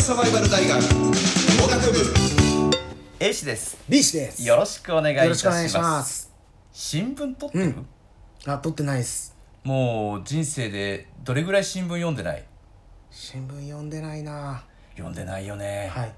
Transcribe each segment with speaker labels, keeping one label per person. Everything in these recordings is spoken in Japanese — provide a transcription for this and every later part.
Speaker 1: サバイバル大学農学部
Speaker 2: A 氏です
Speaker 3: ビーチです。
Speaker 2: よろしくお願いい
Speaker 3: よ
Speaker 2: た
Speaker 3: ろし
Speaker 2: し
Speaker 3: くお
Speaker 2: ま
Speaker 3: 願い
Speaker 2: す
Speaker 3: します。
Speaker 2: 新聞取ってる、
Speaker 3: うんあ、撮ってないです。
Speaker 2: もう人生でどれぐらい新聞読んでない
Speaker 3: 新聞読んでないな。
Speaker 2: 読んでないよね、
Speaker 3: はい。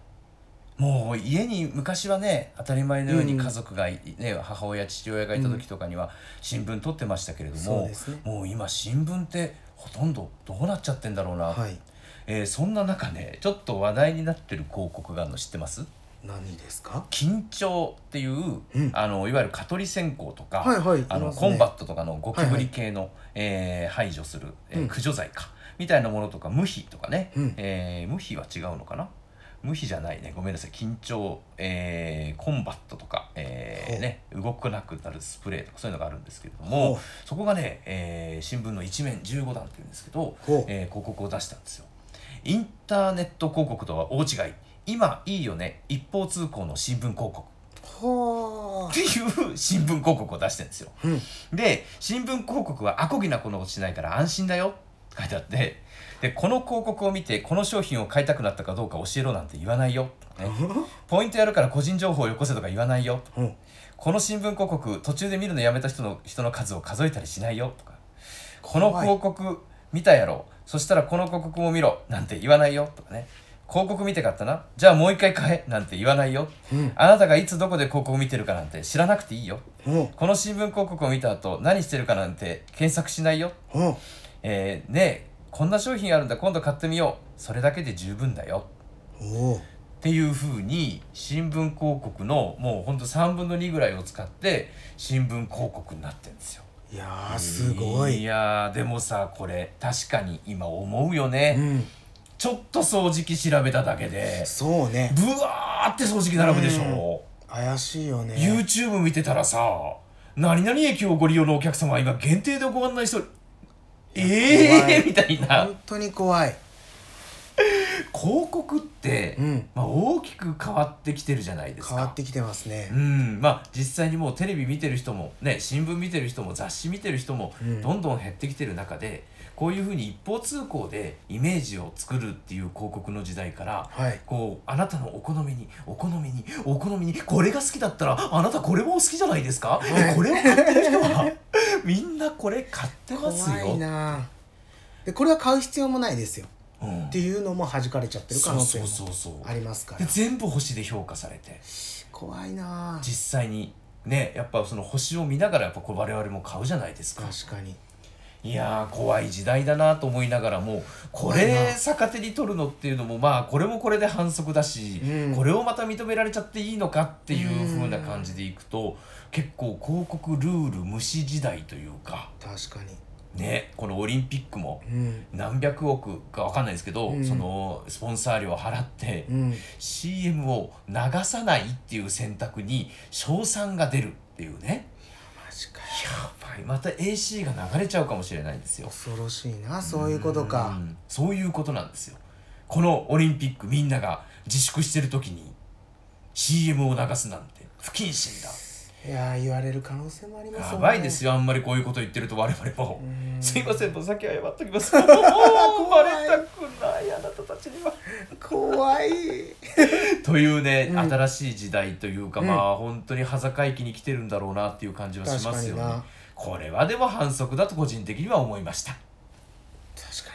Speaker 2: もう家に昔はね当たり前のように家族がい、ね、母親父親がいた時とかには新聞取ってましたけれど
Speaker 3: そう
Speaker 2: も、
Speaker 3: ですね
Speaker 2: もう今新聞ってほとんどどうなっちゃってんだろうな、
Speaker 3: はい。
Speaker 2: えーそんな中ねちょっと話題になってる広告があるの知ってます
Speaker 3: 何ですか？
Speaker 2: 緊張っていう、
Speaker 3: うん
Speaker 2: あのいわゆる蚊取り線香とか、
Speaker 3: はいはい
Speaker 2: あ
Speaker 3: い
Speaker 2: の
Speaker 3: ますね
Speaker 2: コンバットとかのゴキブリ系の、えー排除する、えー
Speaker 3: うん
Speaker 2: 駆除剤かみたいなものとか無比とかね、
Speaker 3: うん
Speaker 2: えー無比は違うのかな無比じゃないねごめんなさい緊張、えーコンバットとか、えー
Speaker 3: ほう
Speaker 2: ね、動かなくなるスプレーとかそういうのがあるんですけれども
Speaker 3: ほう
Speaker 2: そこがね、えー新聞の一面15段っていうんですけど、
Speaker 3: ほう
Speaker 2: えー広告を出したんですよ。インターネット広告とは大違い今いいよね一方通行の新聞広告っ
Speaker 3: ほ
Speaker 2: ていう 新聞広告を出してるんですよ
Speaker 3: う。うん。
Speaker 2: で新聞広告はアコギなことをしないから安心だよって書いてあってでこの広告を見てこの商品を買いたくなったかどうか教えろなんて言わないよ、ね、ポイントやるから個人情報をよこせとか言わないよ
Speaker 3: うん。
Speaker 2: この新聞広告途中で見るのやめた人の人の数を数えたりしないよとかこの広告見たやろそしたらこの広告も見ろなんて言わないよとかね広告見て買ったなじゃあもう一回買えなんて言わないよ
Speaker 3: うん。
Speaker 2: あなたがいつどこで広告見てるかなんて知らなくていいよ
Speaker 3: うん。
Speaker 2: この新聞広告を見た後何してるかなんて検索しないよ
Speaker 3: うん。
Speaker 2: えー、ねえこんな商品あるんだ今度買ってみようそれだけで十分だよ
Speaker 3: おお。
Speaker 2: っていうふうに新聞広告のもうほんと3分の2ぐらいを使って新聞広告になってるんですよ。
Speaker 3: いやーすご
Speaker 2: い
Speaker 3: い。
Speaker 2: やーでもさこれ確かに今思うよね、
Speaker 3: うん。
Speaker 2: ちょっと掃除機調べただけで
Speaker 3: そうね。
Speaker 2: ブワーって掃除機並ぶでしょ、
Speaker 3: 怪しいよね。
Speaker 2: YouTube 見てたらさ何々駅をご利用のお客様は今限定でご案内しており
Speaker 3: 怖い
Speaker 2: えー、みたいな
Speaker 3: 本当に怖い。
Speaker 2: 広告って、
Speaker 3: うん。
Speaker 2: まあ、大きく変わってきてるじゃないですか
Speaker 3: 変わってきてますね
Speaker 2: う。んまあ実際にもうテレビ見てる人もね新聞見てる人も雑誌見てる人も
Speaker 3: うん
Speaker 2: どんどん減ってきてる中で、こういうふうに一方通行でイメージを作るっていう広告の時代から
Speaker 3: はい。
Speaker 2: こうあなたのお好みにお好みにお好みにこれが好きだったらあなたこれもお好きじゃないですか、
Speaker 3: は
Speaker 2: え
Speaker 3: い
Speaker 2: これを買ってる人は みんなこれ買ってますよ
Speaker 3: 怖いな。でこれは買う必要もないですよ。
Speaker 2: うん
Speaker 3: っていうのも弾かれちゃってる可
Speaker 2: そう
Speaker 3: 能性
Speaker 2: そう
Speaker 3: も
Speaker 2: そうそう
Speaker 3: ありますか
Speaker 2: で
Speaker 3: ら。
Speaker 2: 全部星で評価されて
Speaker 3: 怖いな。
Speaker 2: 実際にねやっぱその星を見ながらやっぱこう我々も買うじゃないですか
Speaker 3: 確かに。
Speaker 2: いやー怖い時代だなと思いながらもこ
Speaker 3: 怖い
Speaker 2: れ
Speaker 3: な
Speaker 2: 逆手に取るのっていうのもまあこれもこれで反則だし、
Speaker 3: うん
Speaker 2: これをまた認められちゃっていいのかっていう
Speaker 3: うん
Speaker 2: 風な感じでいくと結構広告ルール無視時代というか
Speaker 3: 確かに。
Speaker 2: ねこのオリンピックも
Speaker 3: うん。
Speaker 2: 何百億か分かんないですけど、
Speaker 3: うん
Speaker 2: そのスポンサー料を払って
Speaker 3: うん
Speaker 2: CM を流さないっていう選択に賞賛が出るっていうね
Speaker 3: マジかよ
Speaker 2: やばいまた AC が流れちゃうかもしれないんですよ。
Speaker 3: 恐ろしいなそういうことか
Speaker 2: うんそういうことなんですよこのオリンピックみんなが自粛してる時に CM を流すなんて不謹慎
Speaker 3: いやー言われる可能性もあり
Speaker 2: だ
Speaker 3: ます
Speaker 2: やばいです
Speaker 3: よ
Speaker 2: よあんまりこういうこと言ってると我々も
Speaker 3: うん
Speaker 2: すいませんお酒謝っときます もうバレたくないあなたたちに は
Speaker 3: 怖い
Speaker 2: というね、
Speaker 3: うん
Speaker 2: 新しい時代というか、
Speaker 3: うん
Speaker 2: まあ本当に端境期に来てるんだろうなっていう感じはしますよ
Speaker 3: 確かに
Speaker 2: ね
Speaker 3: な
Speaker 2: これはでも反則だと個人的には思いました
Speaker 3: 確か